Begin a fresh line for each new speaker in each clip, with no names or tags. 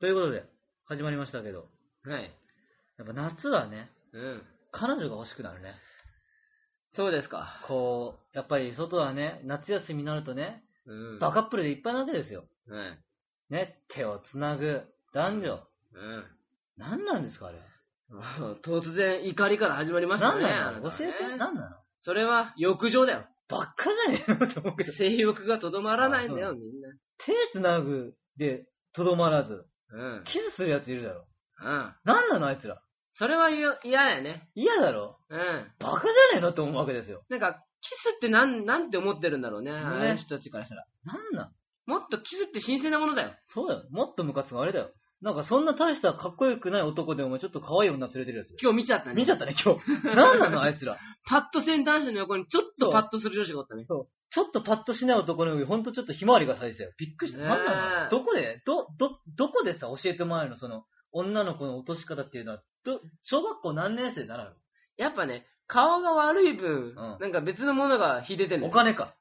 ということで、始まりましたけど、
はい。
やっぱ夏はね、
うん。
彼女が欲しくなるね。
そうですか。
こう、やっぱり外はね、夏休みになるとね、
うん。
バカップルでいっぱいなわけですよ。
はい。
ね、手をつなぐ、男女。
うん。
何なんですか、あれは。
もう突然怒りから始まりました
何
ね。
なの教
あた
え
ね
て、何なの
それは欲情だよ。
ばっかじゃねえのと思うけ ど。
性欲がとどまらないんだ
あ
よ、みんな。
手つなぐで、とどまらず、
うん。
キスするやついるだろ。
うん。
何なの、あいつら。
それは嫌嫌だよね。
嫌だろ。
うん。
バカじゃねえのって思うわけですよ。
なんか、キスってなん、なんて思ってるんだろうね。ああいう人たちからしたら。
何なん
もっとキスって新鮮なものだよ。
そうだよ。もっとムカつくのあれだよ。なんかそんな大したかっこよくない男でお前ちょっと可愛い女連れてるやつ。
今日見ちゃったね。
見ちゃったね、今 日。何なの、あいつら。
パッと線男子の横にちょっ
そう
とパッとする女子がおったね。
ちょっとパッとしない男の上にほんとちょっとひまわりが咲いてたよ。びっくりした。
ねえ
何なのどこで、ど、ど、どこでさ、教えてもらえるのその、女の子の落とし方っていうのは、ど、小学校何年生で習う
やっぱね、顔が悪い分、なんか別のものが秀でてん
のお
のよ。
金か。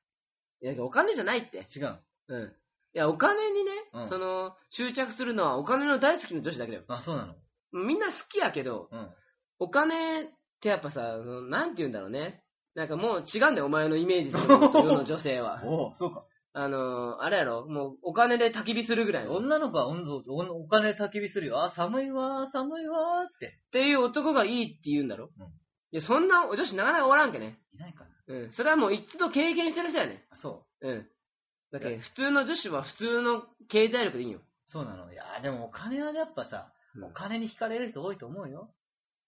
いや、お金じゃないって。
違う。
うん。いや、お金にね、
うん
その、執着するのはお金の大好きな女子だけだよ。
あ、そうなの
みんな好きやけど、
うん。
お金ってやっぱさ、そのなんて言うんだろうね。なんかもう違うんだよ、お前のイメージと世の女性は。
おお、そうか。
あのー、あれやろ、もうお金で焚き火するぐらいの。っ
女の子は温度おお金焚き火するよ。あ、寒いわー、寒いわーって。
ていう男がいいって言うんだろ。
うん
いや、そんな女子なかなかおらんけね。
いないかな。
うん。それはもう一度経験してる人やね。
あそう。
うん。だけ
い
ど、普通の女子は普通の経済力でいいよ。
そうなの。いやーでもお金はやっぱさ、
うん
お金に惹かれる人多いと思うよ。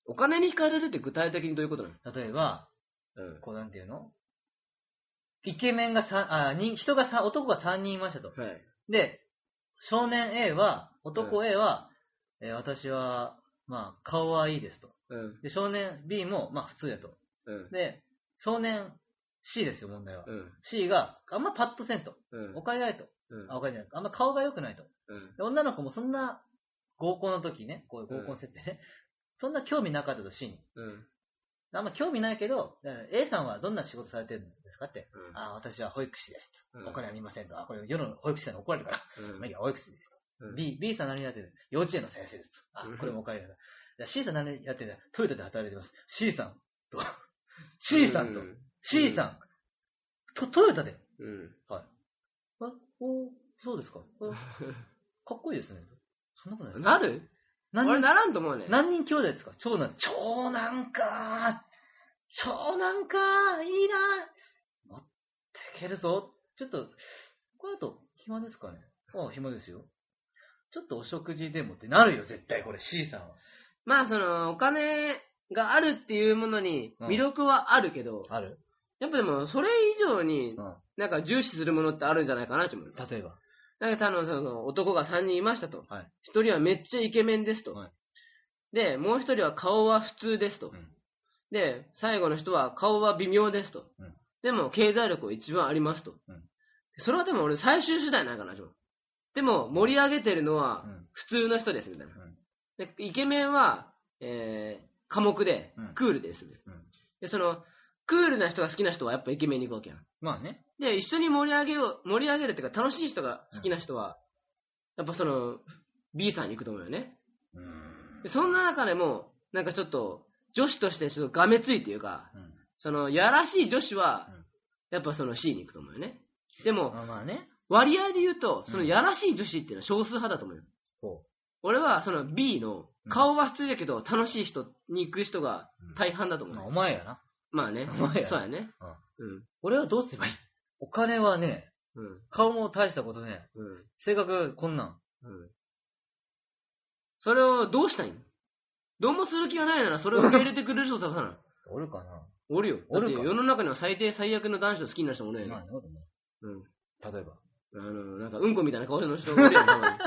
お金に惹かれるって具体的にどういうことなの
例えば、
うん。
こうなんていうのイケメンが三あ、に人がさ男が3人いましたと。
はい。
で、少年 A は、男 A は、えー私は、まあ、顔はいいですと。
うん。
で、少年 B も、まあ、普通やと。
うん。
で、少年 C ですよ、問題は。
うん。
C が、あんまパッとせんと。
うん
お。金ないと。
うん
あ、お金じゃない。あんま顔が良くないと。
うん。
で女の子もそんな、合コンの時ね、こういう合コン設定ね、そんな興味なかったと C に。
うん。
あんま興味ないけど、だから A さんはどんな仕事されてるんですかって。
うん
あ私は保育士です
う
と。
ん
お金は見ませんと。あ、これ世の保育士さんに怒られるから。
うん
まあいいや、保育士ですと。
うん
B、B さん何やってる幼稚園の先生ですと。あ
うん、
これもお金だな。じゃあ C さん何やってるトヨタで働いてます。C さんと。C さんと
う。ん
C さん。と、トヨタで。
うん。
はい。あ、おそうですか。あかっこいいですね。そんなことないで すか
なる
何
俺
人
ならんと思うね。
何人兄弟ですか長男。長男か長男かいいな持ってけるぞ。ちょっと、これだと暇ですかねああ、暇ですよ。ちょっとお食事でもってなるよ、絶対これ C さんは。
まあ、その、お金があるっていうものに
うん
魅力はあるけど、
ある
やっぱでも、それ以上に
う、ん。
なんか重視するものってあるんじゃないかなと思う。
例えば。
なんか、あの、その、男が3人いましたと。
はい
1人はめっちゃイケメンですと。
はい
で、もう1人は顔は普通ですと。
うん
で、最後の人は顔は微妙ですと。
うん
でも、経済力は一番ありますと。
うん
それはでも俺最終手段なんかな、ちょっとでも、盛り上げてるのは
うん
普通の人です、みたいな。
うん
でイケメンは、えー、寡黙で
うん、
クールです、みたいな
うん
で、その、クールな人が好きな人はやっぱイケメンに行くわけやん。
まあね。
で、一緒に盛り上げよう、盛り上げるっていうか、楽しい人が好きな人は、やっぱその、B さんに行くと思うよね。
うーん。
でそんな中でも、なんかちょっと、女子としてちょっとがめついっていうか、
うん
その、やらしい女子は
うん、
やっぱその C に行くと思うよね。でも、
まあまあね。
割合で言うと、
うん
そのやらしい女子っていうのは少数派だと思うよ。
こ
俺はその B の、顔は普通だけど、楽しい人に行く人が大半だと
う。
思
ま
う
あ、
よ。
お前やな。
まあね
お前。や
そうやね。うん。
俺はどうすればいいお金はね、
うん。
顔も大したことね、
うん。
性格こんなん。
うん。それをどうしたいのどうもする気がないならそれ を受け入れてくれる人を出さない。
おるかな
おるよ。だ
お
っ
る
て
か
世の中には最低最悪の男子を好きになる人もおるよ
ま
ね
あ。ねおるね
うん。
例えば。
あの、なんかうんこみたいな顔の人がお るよ、たまに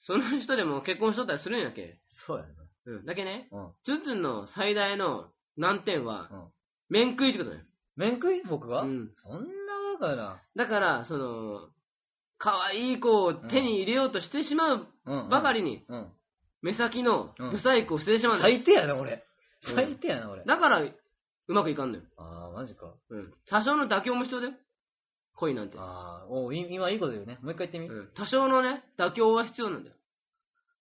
その人でも結婚しとったりするんやけ。
そうやね。
うん。だけね、
うん。
ツンツンの最大の難点は、
うん
面食いってことだよ。
面食い僕が、
うん。
そんなわけな
だから、その、可愛い子を手に入れようとしてしまう
いな。うん
ばか。りに、
うん。
目先の
うん
不細工を捨ててしまうんだよ
最低やな、俺。最低やな、俺。
だから、うまくいかんのよ。
ああ、マジか。
うん。多少の妥協も必要だよ。恋なんて。
ああ、おうい今いいこと言うね。もう一回言ってみ。
うん。多少のね、妥協は必要なんだよ。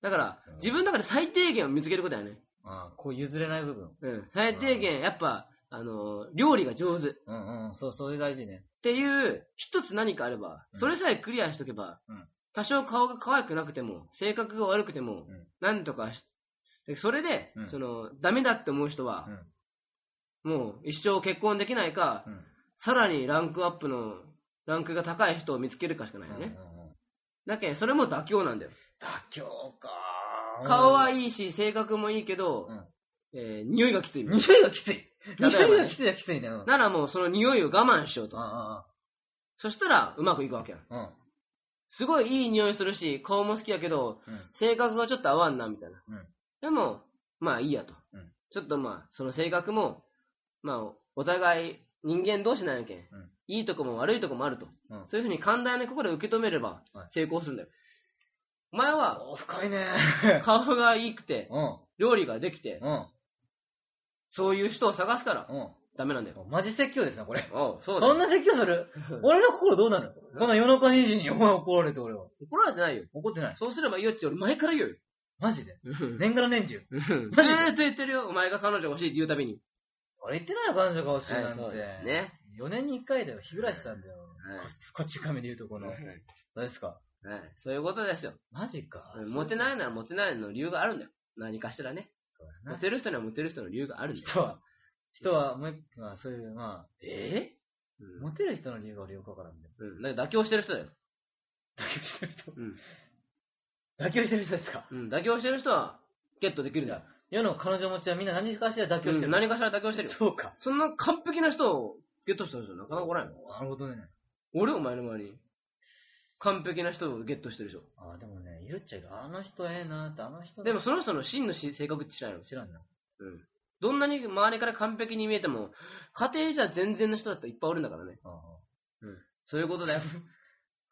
だから
うん、
自分の中で最低限を見つけることやね。
ああ、こう譲れない部分。
うん。最低限、やっぱ、あの、料理が上手っ
うんうん、そう、それ大事ね。
ていう、一つ何かあれば、
うん
それさえクリアしとけば
うん、
多少顔が可愛くなくても、性格が悪くても
うん、
なんとかし、でそれで
う、ん
その、ダメだって思う人は、もう一生結婚できないか、
うん。
さらにランクアップの、ランクが高い人を見つけるかしかないよ
うんうん
ね。
うん
だけど、それも妥協なんだよ。
妥協か
顔はい
い。
いし、性格もいいけど
うん、
えー匂いがきつい。
匂いがきつい。
例えば
匂
ね
いがきついはきついね。うん
ならもうその匂いを我慢しようと。
あ
そしたら、うまくいくわけやん。
あ、ああ
すごいいい匂いするし、顔も好きやけど、
うん。
性格がちょっと合わんな、みたいな。
うん
でも、まあいいやと。
うん
ちょっとまあ、その性格も、まあ、お互い人間同士なんやけん。
うん
いいとこも悪いとこもあると。
うん
そういうふうに寛大な心で受け止めれば
はい、
成功するんだよ。お前
うん。
は、
お深いね。
顔がいいくて、
うん。
料理ができて、
うん。
そういう人を探すから、
うん。
ダメなんだよ。
マジ説教ですな、これ。
おうそうだ
こん
よ。
な説教する俺の心どうなるこの夜中2時にお前怒られて俺は。
怒られてないよ。
怒ってない。
そうすればいいよって俺前から言うよ。
マジで。
うん
年がら年中。
うんずーっ
マジで
と言ってるよ。お前が彼女欲しいって言うたびに。
俺言ってないよ、彼女が欲しいなん
はい
て。
そうですね。
4年に1回だよ、日暮らしさんだよ。
はい
こっち亀で言うとこの。どうですか
はい、そういうことですよ。
マジか。
モテない
な。
ならモテないの理由があるんだよ。何かしらね。
そうだ
モ
な。
テる人にはモテる人の理由があるんだ
人
よ。
は、人は、もう一まあそういう、まあ、えぇ
う
モテる人の理由が俺よくわからんで。
ん。うん。だから妥協してる人だよ。
妥協してる人
うん。
妥協してる人ですか
うん。妥協してる人は、ゲットできるんだよ。
世の彼女持ちはみんな何かしら妥協してる。
うん何かしら妥協してるよ。
そうか。
そんな完璧な人をゲットしてる人なかなかおらんよ。
なるほどね。
俺、お前の周りに。完璧な人をゲットしてるでしょ。
ああ、でもね、いるっちゃいる。あの人ええなって、あの人。
でも、その人の真のし性格って知らんよ。
知らんな。
うん。どんなに周りから完璧に見えても、家庭じゃ全然の人だっていっぱいおるんだからね。
ああ
そういうことだよ。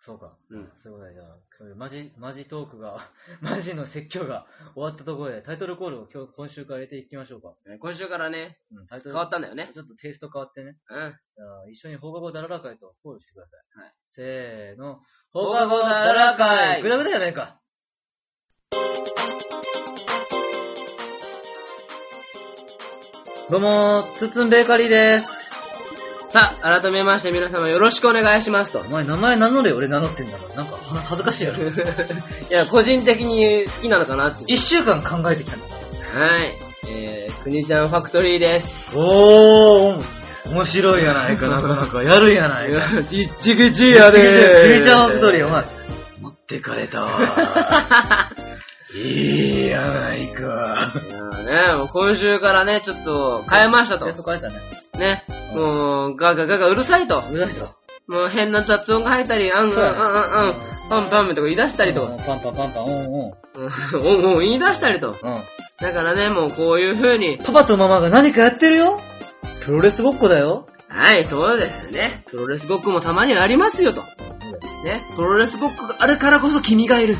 そうか。
うん
そういうことで、じゃあ、そういうマジ、マジトークが、 マジの説教が終わったところで、タイトルコールを今日、今週から入れていきましょうか。
今週からね、
うん、タイト
変
ル
わったんだよね。
ちょっとテイスト変わってね。
うん。
じゃあ、一緒に放課後だらら会とコールしてください。
はい。
せーの。
放課後だらら会
ぐだぐだやないか。どうも、つっつんベーカリーです。
さあ、改めまして皆様よろしくお願いしますと
お。前名前名乗れ俺名乗ってんだから、なんかは恥ずかしいやろ。
いや、個人的に好きなのかなって。
一週間考えてきたんだから。
はい。えー、くにちゃんファクトリーです。
おー、面白いやないか、なかなか。やるやないか。
ちっち
ク
くち
リちゃんファクトリー、お前、持ってかれたわ。 いいやないか。
いやーね、もう今週からね、ちょっと変えましたと
やっ。と変えたね。
ね。もう、ガガガガうるさいと。
うるさいと。
もう変な雑音が入ったり、あんうんうん
そうやね
うんうん。パンパンとか言い出したりと
うん。パンパンパンパン、うんうん。うん。
うん うん言い出したりと。だからね、もうこういう風に。
パパとママが何かやってるよプロレスごっこだよ。
はい、そうですね。プロレスごっこもたまにはありますよと。ね、プロレスごっこがあるからこそ君がいる。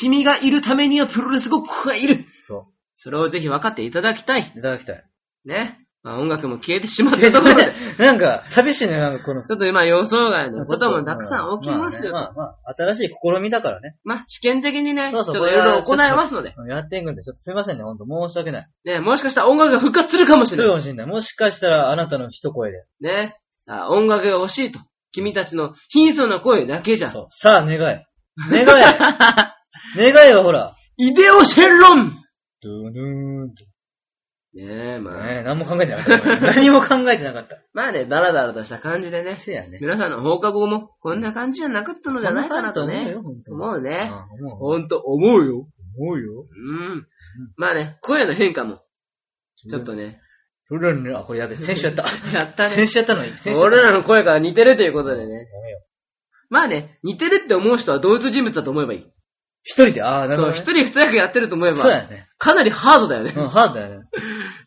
君がいるためにはプロレスごっこがいる。
そ
それをぜひ分かっていただきたい。
う。いただきたい。
ね。まあ、音楽も消えてしまったところで、
なんか、寂しいね、なんかこの。
ちょっと今予想外のこともたくさん起きますよ
まあ
と。
ねまあまあ、新しい試みだからね。
まあ、試験的にね、ちょ
そう
っ
そう
といろいろ行いますので。
やっていくんで、ちょっとすいませんね、ほんと申し訳ない。
ね、もしかしたら音楽が復活するかもし
そ
れ
うか
ない。
もしれない。もしかしたら、あなたの一声で。
ね。さあ、音楽が欲しいと。君たちの貧相な声だけじゃ。
そう。さあ、願い。 願い。願いはほら。
イデオシェンロン
ドゥドゥーンと
ねえ、まあ、
ねえ、何も考えてなかった。何も考えてなかった。
まあね、ダラダラとした感じでね、
せやね。
皆さんの放課後もこんな感じじゃなかったのじゃないかなとね。
そんな感じと思うよ。
思うね。
本当にうん思う。
ほんと思うよ。
思うよ。
うん。まあね、声の変化も、ちょっとね、
それらに。あ、こ れやべえ、先週やった。
やった
先
ね。
週やったのに。先週やった
俺らの声が似てるということでね。
やめよう
まあね、似てるって思う人は同一人物だと思えばいい。
一人で、ああ、なるほ
そう、
どね。
一人二役やってると思え
そう
ば、
やね。
かなりハードだよね。
うん、ハードだよね。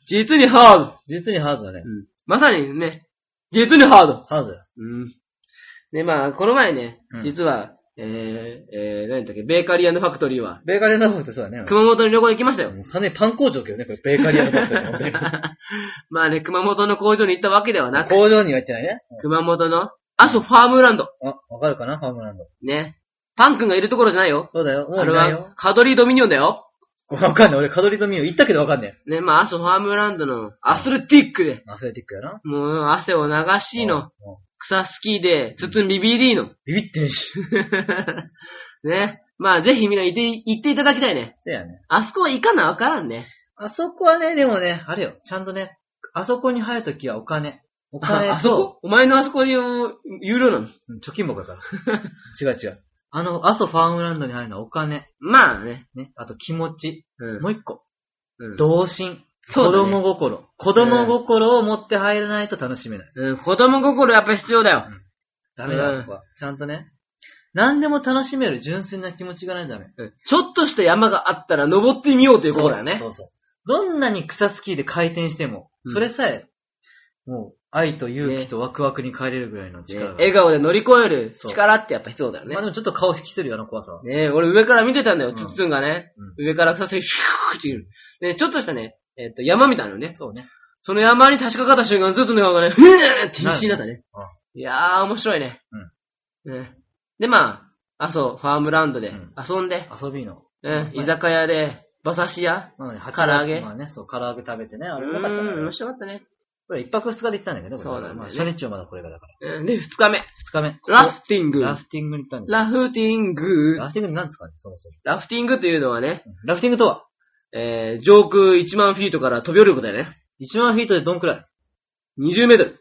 実にハード。
実にハードだね
う。ん。まさにね、実にハード。
ハードだよ。
うん。で、まあ、この前ね
う、ん
実は、えー、えー、何だっけ、ベーカリーファクトリーは、
ベーカリーの方ってそうだね。
熊本に旅行行きましたよ。
もう完全にパン工場けどね、これベーカリーの方って本当に。
まあね、熊本の工場に行ったわけではなく、
工場には行ってないね。
熊本の阿蘇ファームランド。
あ、わかるかなファームランド。
ね。パン君がいるところじゃないよ。
そうだよ。も
あ
う
れ
いないよ
は、。カドリー・ドミニオンだよ。
わかんない。俺、カドリードミニオン行ったけどわかんね
ね、まあ、アソファームランドのアスレティックで、
え。アスレティックやな。
もう汗を流し
うん
の、。
うん
草スキーで、つつんビビリの。
ビビってんし。
ね。まあ、ぜひみんな行って、行っていただきたいね。
そうやね。
あそこは行かなわからんね。
あそこはね、でもね、あれよ。ちゃんとね、あそこに入るときはお金。お金と
あ、あそこお前のあそこよ、有料なの
うん貯金箱だから。違う 違う。あの、阿蘇ファームランドに入るのはお金。
まあね。
ね。あと気持ち。
うん
も。う一個。
うん
童心。
そう
子
だね
供心。子供心を持って入らないと楽しめない。
うん、子供心やっぱ必要だよ。
ダメだ、
う
あ
ん
そこは。ちゃんとね。何でも楽しめる純粋な気持ちがないとダメ。
うんちょっとした山があったら登ってみようという心だね
そ。うそうそう。どんなに草スキーで回転しても、
うん
それさえ、もう、愛と勇気とワクワクに変えれるぐらいの
ね
力が。
笑顔で乗り越える力ってやっぱ必要だよね
まあ。でもちょっと顔引きするよ、あの怖さは。
ね俺上から見てたんだよ、
うん
つっつんがね。上から草スキー、シューっていう。ね、ちょっとしたね、えっと、山みたいなのね。
そうね。
その山に差し掛かった瞬間、ずっとの顔がね、ふぅーって必死になったね
うん。
いやー、面白いね。ねで、まあ、阿蘇ファームランドで
うん
遊んで、
遊びの。
ね
うん
居酒屋で、馬刺し屋。
まあね、
唐揚げ
まあね、そう、唐揚げ食べてね。あ
う
れもよかった
ーん、
ね
面。白かったね。
これ一泊二日で行ったんだけど、これ
そうなんだよね
まあ初日はまだこれがだから。
うんで、二日目。
二日目。
ラフティング。
ラフティングに行ったんですよ
ラフティング。
ラフティングって何ですかね、そもそも。
ラフティングというのはね、
ラフティングとは
えー、上空1万フィートから飛び降りることだよね。
1万フィートでどんくらい
20メートル。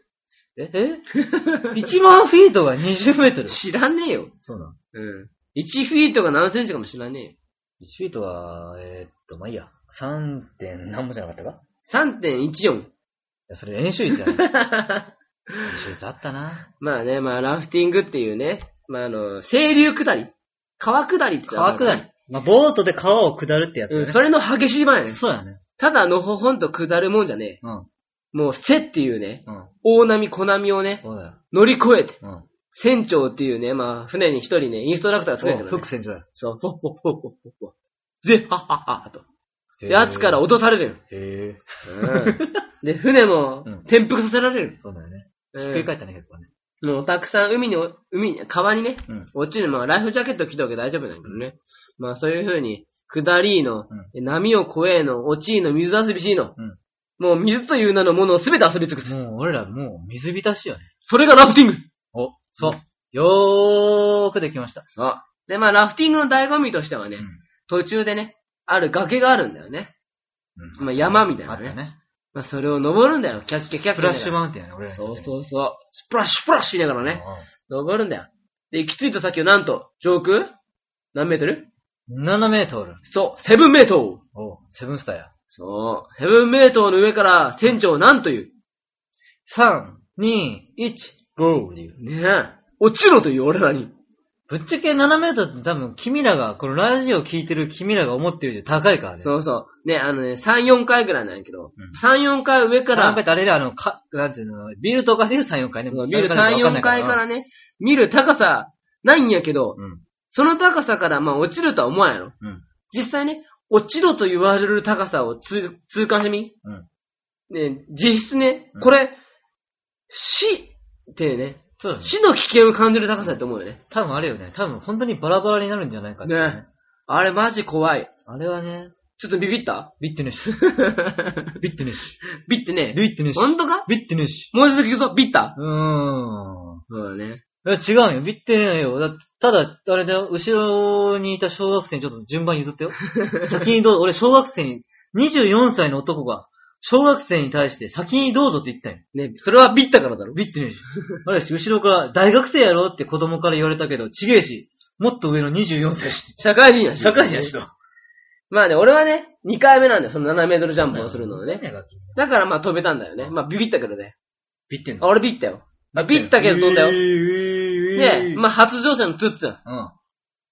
ええ ?1 万フィートが20メートル
知らねえよ。
そうなの。
うん。1フィートが何センチかも知らねえよ。
1フィートは、えーっと、まあいいや。3. 点何もじゃなかったかい
3.14。
や、それ練習率じゃない。練習率あったな。
まあね、まあラフティングっていうね、まああの、清流下り。川下りって言ったら
川下り。まあ、ボートで川を下るってやつだ
う
ね。
ん、それの激しい版やね。
そうやね。
ただのほほんと下るもんじゃね
うん。
え。もう瀬っていうね、
うん。
大波小波をね、
そうだよ。
乗り越えて、
うん。
船長っていうね、まあ船に一人ね、インストラクターがつけてる
お
の、
副
ね。
船長だよ。
そう、ほっほっほっほっほっほ。で、はっはっはっと。やつから
へ
落とされる
え。
の。で、船も
うん
転覆させられる
そうだよね。
の。
ひっくり返ったね、結構ね。
うんもうたくさん海にお、海に、川にね、
うん。
落ちる、まあ、ライフジャケット着とけば大丈夫なんだけどね。まあ、そういう風に、下りーの、波を越えの、落ちーの、水遊びしーの、
うん
もう水という名のものをすべて遊び尽くす。
もう、俺らもう水浸しよね。
それがラフティング
お、そう。よーくできました。
そう。で、まあ、ラフティングの醍醐味としてはね、
うん
途中でね、ある崖があるんだよね。
うん
まあ山みたいなね
あったね。
まあ、それを登るんだよ。キャッキャキャッキャ。
フラッシュマウンテンやね、俺ら。
そうそうそう。スプラッシュプラッシュ言いながら
う
ね、登るんだよ。で、行き着いた先をなんと、上空何メートル
ん。7メートル。
そう、セブンメートル
おセブンスターや。
そう、セブンメートルの上から船長をなんという
3、2、1、ゴール
ねえ、落ちろという俺らに。
ぶっちゃけ7メートルって多分君らが、このラジオ聞いてる君らが思ってるより高いからね。う。
そうそう。ね、あのね、3、4回ぐらいなんやけど、
うん
3、4回上か
3
ら、
回ってあれであの、か、なんていうの、ビールとかでいう3、4回ね。
その見る3、
わんな
4
い
回からね、見る高さ、ないんやけど、
うん。
その高さから、まあ落ちるとは思わんやろ。
うん
実際ね、落ちろと言われる高さを通痛感してみ。
うん
ね、実質ね
う、ん
これ、死ってね、
そうだね。
死の危険を感じる高さだと思うよね。
多分あれよね。多分本当にバラバラになるんじゃないかって
ね。あれマジ怖い。
あれはね、
ちょっとビビった
ビッテネシュ。ビッテネシ
ビって
ュ。
ね、
ビッテネシ
ほ
ュ。
んとか
ビッテネシ
もう一度聞くぞ、ビッタ
ュ。うーん。
そうだね。
いや、違うよ。ビってないよ。だただ、あれだよ、後ろにいた小学生にちょっと順番譲 ってよ。先にどうぞ、俺小学生に、24歳の男が、小学生に対して先にどうぞって言ったんよ。
ね、それはビッタからだろ。
ビって ないし。あれだし、後ろから、大学生やろって子供から言われたけど、ちげえし、もっと上の24歳やし。
社会人やし。
社会人やしと。
まあね、俺はね、2回目なんだよ、その7メートルジャンプをするのね。だからまあ飛べたんだよね。まあビビったけどね。
ビってん
あ、
の
俺ビったよ。あビったけど飛んだよ。で、
で
まあ初乗車のトゥッツン。
あ、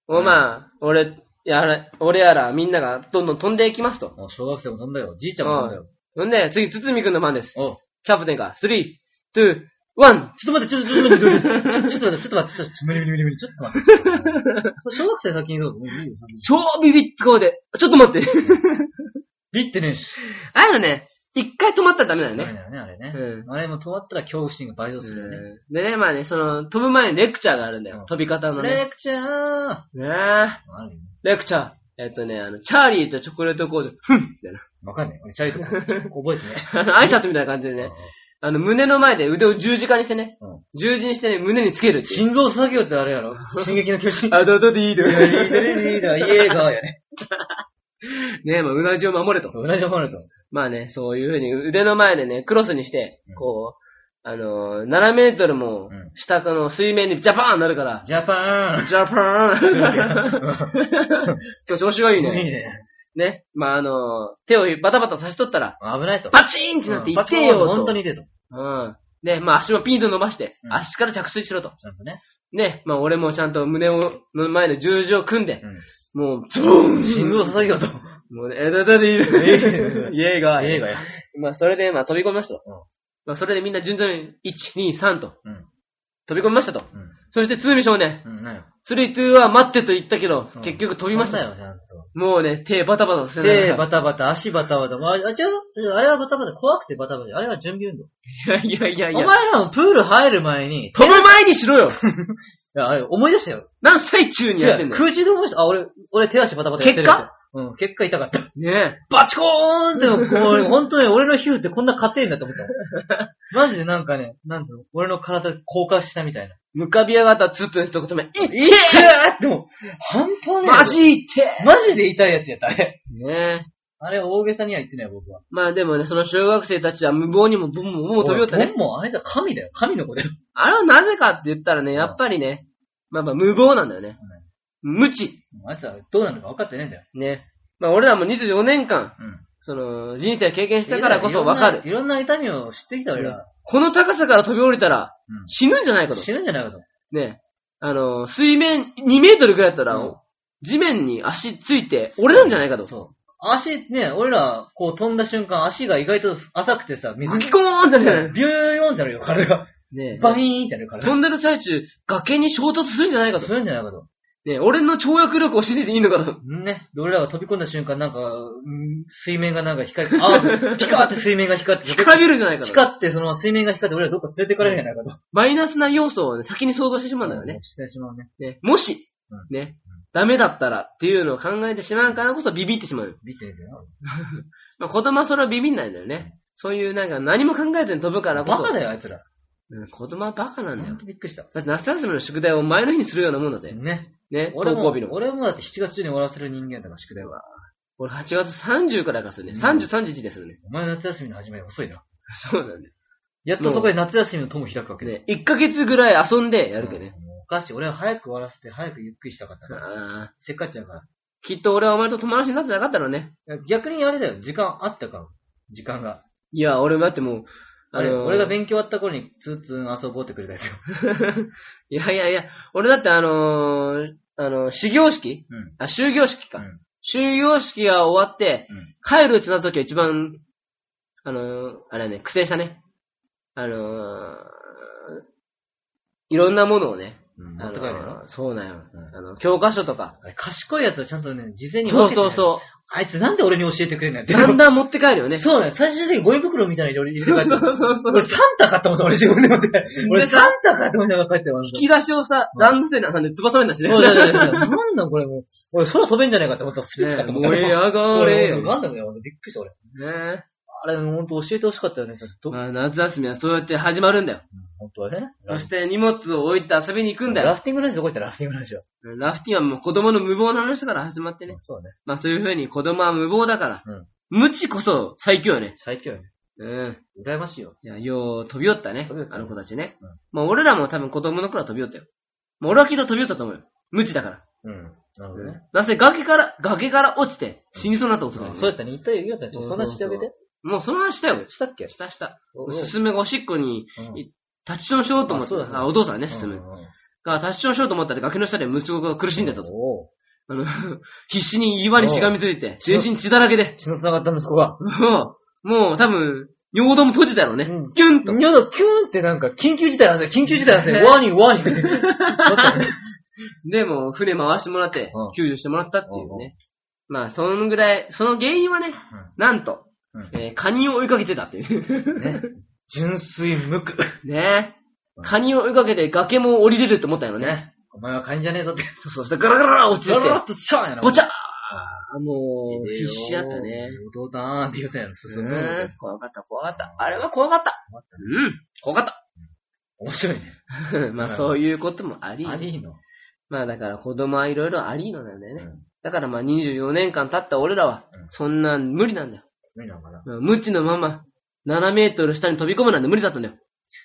おまあ、俺、やら、俺やらみんながどんどん飛んでいきますと。
うん。小学生も飛んだよ。じいちゃんも飛んだよ。
ほんで、次、堤くんの番です。
おう
キャプテンが、3、2、1。
ちょっと待って、ちょっと待って、ちょっと待って、ちょっと待って、ちょっと待って、ちょっと待って、ちょっと待って、ちょっと無理無理無理無理、ちょっと待って。小学生先にどうぞ。
超ビビって顔で、ちょっと待って。
ビってねえし。
あのね、一回止まったらダメだよ
ダメ
ね。
だよね、あれ
う
ね。
ん。
あれも止まったら恐怖心が倍増するよね。
うんでね、まあね、その、飛ぶ前にレクチャーがあるんだ
う
よ
ん。
飛び方のね。
レクチャーあ
ね
るよ
え
ね
レクチャー。えっとね、あの、チャーリーとチョコレートコード、ふんみたいな。
わかんない。俺、チャリとか覚えてね。
あの、挨拶みたいな感じでね。あの、胸の前で腕を十字架にしてね。
うん
十字にしてね、胸につけるっていう。
心臓作業ってあれやろ進撃の巨人。
あ、どうぞでいいで。
リーダーリーダー、イエーガーやね。
ねえ、まあ、うなじを守れと。
そう同じ思われた。
まあね、そういうふうに腕の前でね、クロスにして
うん、
こう、あのー、7メートルも
うん、
下からの水面にジャパーンなるから、
ジャパ
ジャパーン 今
ー
日調子がいい
ンいい
ね。
ね。
ね。まああのー、手をバタバタ差し取ったら、
危ないと。
パチーンってなって
パ
行
チ
け
ン
よと。
本当に出と。
うん。で、まあ足もピンと伸ばして
う、ん
足から着水しろと。
ちゃんとね。
ね、まあ俺もちゃんと胸を、の前の十字を組んで、
う
もう、ズボーン
ん。心臓作業と。
もうね、えだだでいい
え。
イエーガー。
イエーガーや。
まあ、それで、まあ、飛び込みましたと。
うん
まあ、それでみんな順調に、1、2、3と、
うん。
飛び込みましたと。そして、ツーミ少年、
うん。うん。なんよ。
スリー、ツーは待ってと言ったけど、
うん
結局飛びました
飛んだよ、ちゃんと。
もうね、手バタバタさせながら
手バタバタ、足バタバタ。まあ、あ、違うあれはバタバタ。怖くてバタバタ。あれは準備運動。
いやいやいやい
お
や。
前らもプール入る前に、い
飛ぶ前にしろよ
や、あれ思い出したよ。
何歳中にやって
違
ん
う
だよ。
空中で思い出した。あ、俺、俺手足バタバタやってる
結果
うん、結果痛かった。
ね
バチコーンって、こう、本当に俺の皮膚ってこんな硬いんだと思 った。マジでなんかね、なんつうの、俺の体硬化したみたいな。
え。浮かび上がったツーとの一言目、いっ
いっでも、半端ねえ
マジいって
マジで痛いやつやった、あれ。
えねえ。
あれ、大げさには言ってない、僕は。
まあでもね、その小学生たちは無謀にもボンボンボン飛び寄ったね
おい。ボンボンあれだ、神だよ。神の子だよ。
あれはなぜかって言ったらね、やっぱりね、まあまあ無謀なんだよね。無知。
あいつはどうなるか分かってねえんだよ。
ね。まあ俺らも24年間、
うん。
その、人生を経験したからこそわかる。
いろんないろんな痛みを知ってきた俺ら。
この高さから飛び降りたら
うん
死ぬんじゃないかと。
死ぬんじゃないかと。
ね。あの、水面2メートルくらいだったら、
うん
地面に足ついて折れるんじゃないかと。
そう。足、ね、俺ら、こう飛んだ瞬間、足が意外と浅くてさ、水
グキコーンってなる。
ビューヨーンってなるよ、体が。
ね
バイーンってなるから。
飛んでる最中、崖に衝突するんじゃないか
す
と。
るんじゃないかと。
ね俺の跳躍力を信じていいのかと。
ね。で俺らが飛び込んだ瞬間、なんか、うん水面がなんか光って、 ああ、ピカって水面が光って、
干からびるんじゃないかと。
光って、その水面が光って、俺らどっか連れてかれるんじゃないかと。
マイナスな要素を、ね、先に想像してしまうんだよね。
してしまうね。
ね、もし
うん、
ね
うん、
ダメだったらっていうのを考えてしまうからこそビビってしまうよ。
見てるよ。
まあ、子供はそれはビビんないんだよね。そういうなんか何も考えずに飛ぶから
バ
こそ。
カだよ、あいつら。
うん子供はバカな
ほ
んだよ
ん。とびっくりした。
だって夏休みの宿題を前の日にするようなもんだぜ。
ね。
ね、
俺
登
も
校日、の。
俺もだって7月中に終わらせる人間だから、宿題は。
俺8月30からからするね。
うん
30、31でするね。
お前の夏休みの始まり遅いな。
そうなんだよ。
やっとそこで夏休みの友開くわけだよ。
ね、1ヶ月ぐらい遊んでやるけどね。
うん。もうおかしい。俺は早く終わらせて、早くゆっくりしたかったから。
ああ、
せっかちだから。
きっと俺はお前と友達になってなかったのね。
逆にあれだよ、時間あったから。時間が。
いや、俺もだってもう、
あれ、俺が
勉
勉強終わった頃に、ツーツー遊ぼうってくれたよ。
いやいやいや、俺だってあのー、あのー、始業式
うん。
あ、終業式か。
うん
終業式が終わって、
うん
帰るってなった時は一番、あのー、あれはね、苦戦したね。あのー、いろんなものをね。
うん。持
あの
っ
ー
て帰るよ。
そうなんよ、
うん
あの、教科書とか。
あれ、賢いやつはちゃんとね、事前に
そ
分
う
けてね
そうそ
あいつなんで俺に教えてくれんだよっ
う。
て。
だんだん持って帰るよね。
そうだよ。最終的にゴミ袋みたいな色に入れて帰った。
そうそうそう
俺サンタ買ったもん、俺自分で持って帰って。俺サンタ買ったもん、俺帰ってたもん。
引き出しをさ、ランドセルに挟んで翼目だしね。
そうだよそうだよ。 なんだこれもう。俺空飛べんじゃねえかって思ったらスピーチ
ね
買ったもん。
燃え上がれよ。
俺
ね
なんだよ、俺びっくりした俺。あれ、ほんと教えてほしかったよね、ちょっと。
まあ、夏休みはそうやって始まるんだよ。
本当はね。
そして荷物を置いて遊びに行くんだよ
ラ。フティングラジオどこ行ったラフティングラジオ。
ラフティはもう子供の無謀な話から始まってね。
そうね。
まあそういう風に子供は無謀だから、
うん
無知こそ最強よね。
最強よね。
うん。
羨ましいよ。
いや、よう飛び寄ったね。
飛び寄ったね
あの子たちね。
うん
まあ俺らも多分子供の頃は飛び寄ったよ。まあ俺はきっと飛び寄ったと思うよ。無知だから。
うん。なるほどね。
なぜ崖から、崖から落ちて死にそうになった男だよ、ね
そうやったね。言ったよ、言ったよ。ちょっとそ
そうんそう
な
そう
してあげて。
もうその話したよ。
したっけ
したした。
お
娘がおしっこに
うん
い立ちションしようと思
あ
って
そうだそうだ
あ、お父さんね、進
う
む。
んうんうん
が、立ちションしようと思ったら崖の下で息子が苦しんでたと。
おう
あの、必死に岩にしがみついて、全身血だらけで、
血の繋がった息子が。
もう、もう多分、尿道も閉じたろうね。
うん
キュンと。
にょど、キューンってなんか、緊急事態なんですよ。緊急事態なんですよ。ワーニング、ワーニングって。だったね
で、もう船回してもらって
うん、
救助してもらったっていうね。まあ、そのぐらい、その原因はね、なんと、
うん
えーカニを追いかけてたっていう。
ね。純粋無垢。
ねカニを追いかけて崖も降りれると思ったよね。
ね。お前はカニじゃねえぞって。
そうそう。そしたらガラガラガラ落ち
ゾ
て
ロロ
て
ッ、とちゃうんやな。
ぼちゃ
ゃ
ーもう、必死だったね。。
どうだーんって言うたやろ、進むのが
うん怖かった、怖かった。あれは怖かった。うん、怖かった。
面白いね。
まあ
うん
そういうこともあり、
ありの。
まあだから子供はいろいろありのなんだよね。
うん
だからまあ24年間経った俺らは
うん、
そんなん無理なんだよ。
無理なのかな。
うん無知のまま、7メートル下に飛び込むなんて無理だったんだよ。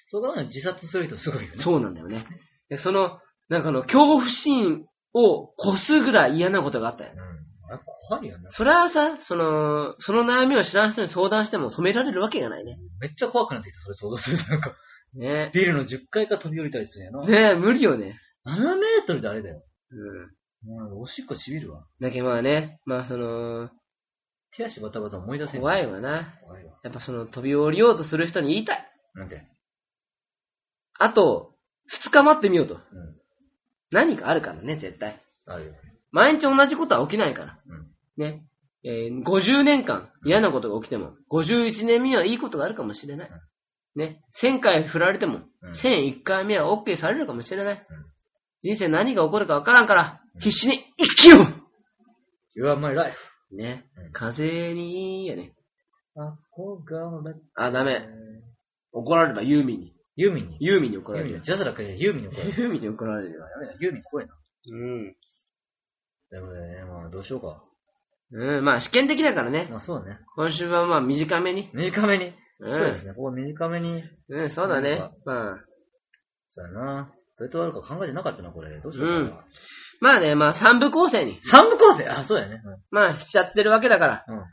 そう考えると自殺する人すごいよね。
そうなんだよね。でその、なんかあの、恐怖心を越すぐらい嫌なことがあったよ
う。ん。あれ怖いよね。
それはさ、その、その悩みを知らん人に相談しても止められるわけがないね。
めっちゃ怖くなってきた、それ想像すると。なんか、
ね
ビルの10階から飛び降りたりするんやな。
ねえ、無理よね。
7メートルであれだよ。
うん。
もうおしっこちびるわ。
だけどまあね、まあその、
手足バタバタ思い出せん
怖い
わ。
わな。
怖いわ。
やっぱその飛び降りようとする人に言いたい。
なんて。
あと、二日待ってみようと。
うん。
何かあるからね、絶対。
あるよ。
毎日同じことは起きないから。
うん
ね。えー50年間嫌なことが起きても、51年目はいいことがあるかもしれない。ね。1000回振られても、
うん
1001回目は OK されるかもしれない。
うん
人生何が起こるかわからんから、
うん
必死に生きよ
You are my life.
うね
うん。
風にいいやね。
憧れ。
あ、ダメ。怒られるばユーミンに。
ユーミンに。
ユーミンに怒
ユー
られ
ミン
る
に。。ジャズだけでユーミンに 怒られる。
ユーミンに怒られるわ。
ダメだ、ユーミン怖いな。
うん。
ということでね、まあどうしようか。
うん、まあ試験的だからね。
まあそうだね。
今週はまあ短めに。
短めに。
うん
そうですね、ここ短めに。
うん、そう
な
だ
ん
ね
か。
まあ。
そうやな。どうやって終わるか考えてなかったな、これ。どうしようかな。
まあね、まあ三部構成に。
三部構成あ、そうやね。うん
まあ、しちゃってるわけだから。
うん。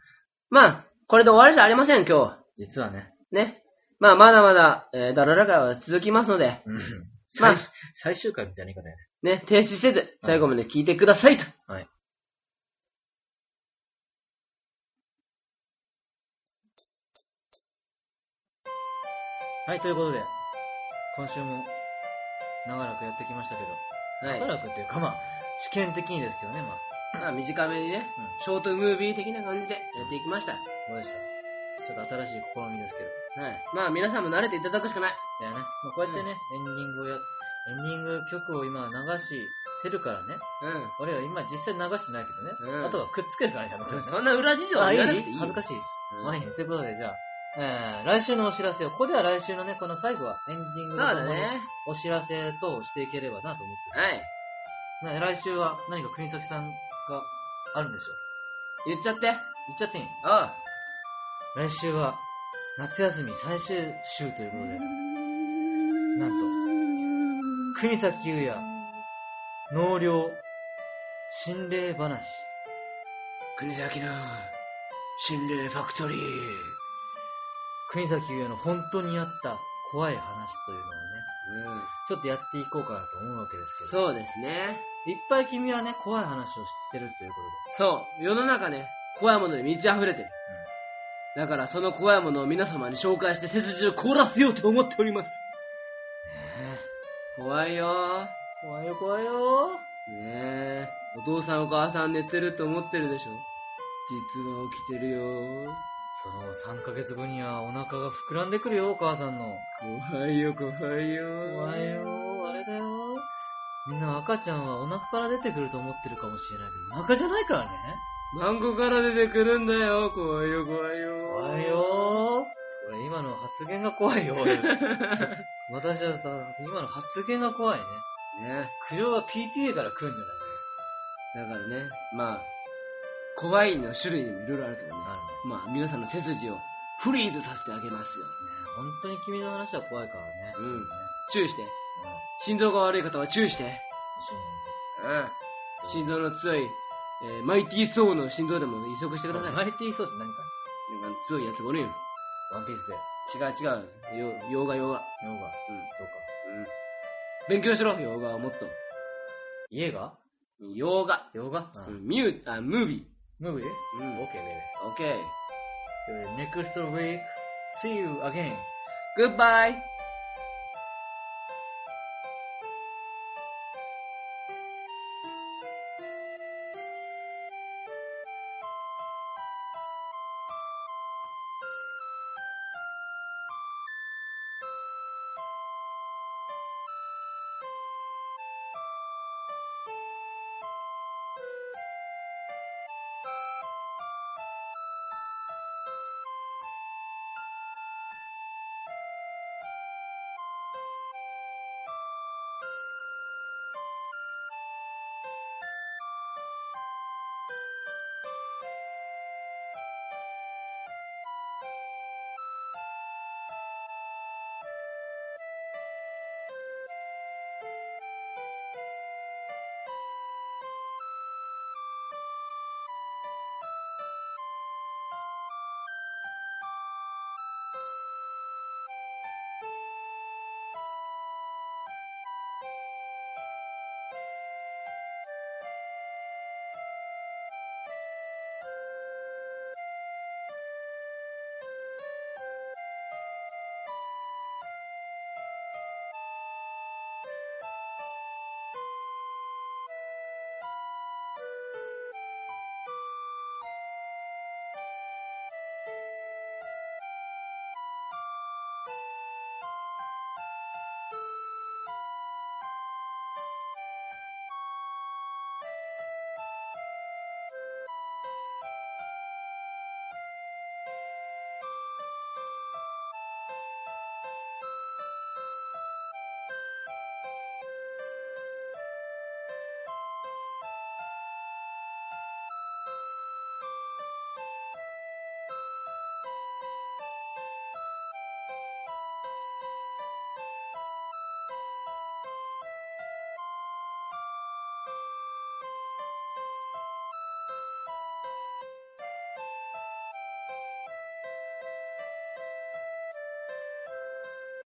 まあ、これで終わりじゃありません、今日は。
実はね。
ね。まあ、まだまだ、えー、ダララ会は続き ますので、
うん。
ま
最
あ
最終回みたいな言い方やね。
ね、停止せず、最後まで聞いてくださいと。
はい。はい、ということで、今週も長らくやってきましたけど、
はい。
長らくっていうか、まあ、試験的にですけどね、まあ、
まあ、短めにね、
う
ショートムービー的な感じでやっていきました。は
どうでしたちょっと新しい試みですけど。
い。まあ、皆さんも慣れていただくしかない。
だよね。まあ、こうやってね、エンディングをや、エンディング曲を今流してるからね、
う
俺は今実際流してないけどね、
うん
あとはくっつけるからね、ちゃんとそれ
ん。
ね。
そんな裏事情は
あ、い
言わなくてい
い
い。
恥ずか
しい。
しい。まあいいね。ということで、じゃあ、えー、来週のお知らせを、ここでは来週のね、この最後はエンディン
そ
グの
うだね。
お知らせ等をしていければなと思って
はい。
ます。ね来週は何か国崎さんがあるんでしょう
言っちゃって。
言っちゃっていい
ああ。
来週は夏休み最終週ということで、なんと、国崎優也、納涼、心霊話、
国崎の心霊ファクトリー。
国崎優也の本当にあった怖い話というのをね、
うん。
ちょっとやっていこうかなと思うわけですけど。
そうですね。
いっぱい君はね、怖い話を知ってるというこ
そう。世の中ね、怖いものに満ち溢れてる。だからその怖いものを皆様に紹介して背筋を凍らせようと思っております。怖いよ
とで。怖いよ、怖いよ。
ー。ねえ。お父さんお母さん寝てると思ってるでしょ実は起きてるよー。
その3ヶ月後にはお腹が膨らんでくるよ、お母さんの。
怖いよ、怖いよー。
怖いよ、あれだよ。みんな赤ちゃんはお腹から出てくると思ってるかもしれないけど、お腹じゃないからね。
マンゴから出てくるんだよ。怖いよ、怖いよー。
怖い。よ。これ今の発言が怖い よ、俺私はさ、今の発言が怖いね。
ね
苦情は PTA から来るんじ
え。だからね、まあ、怖いの種類にもいろいろあるけどね
ゃ。ないあるね。
まあ、皆さんの背筋をフリーズさせてあげますよ。
ね本当に君の話は怖いからね。
うん
ね
注意して。
うん
心臓が悪い方は注意して。
一緒に
うん。心臓の強い、えーマイティー・ソーの心臓でも移植してください。
マイティーソーって何か
なんか強いやつがおるんよ。
ワンピースで。
違う違う。よ洋画洋画。
ヨガ。
うん。
そうか。
うん。勉強しろ、洋画はもっと。
家が
洋画。
洋画う
う。ん。ミュー、あ、ムービ
ムービー
ー。うん。
?OK, baby.
オッケー。
Next week, see you again.
Goodbye!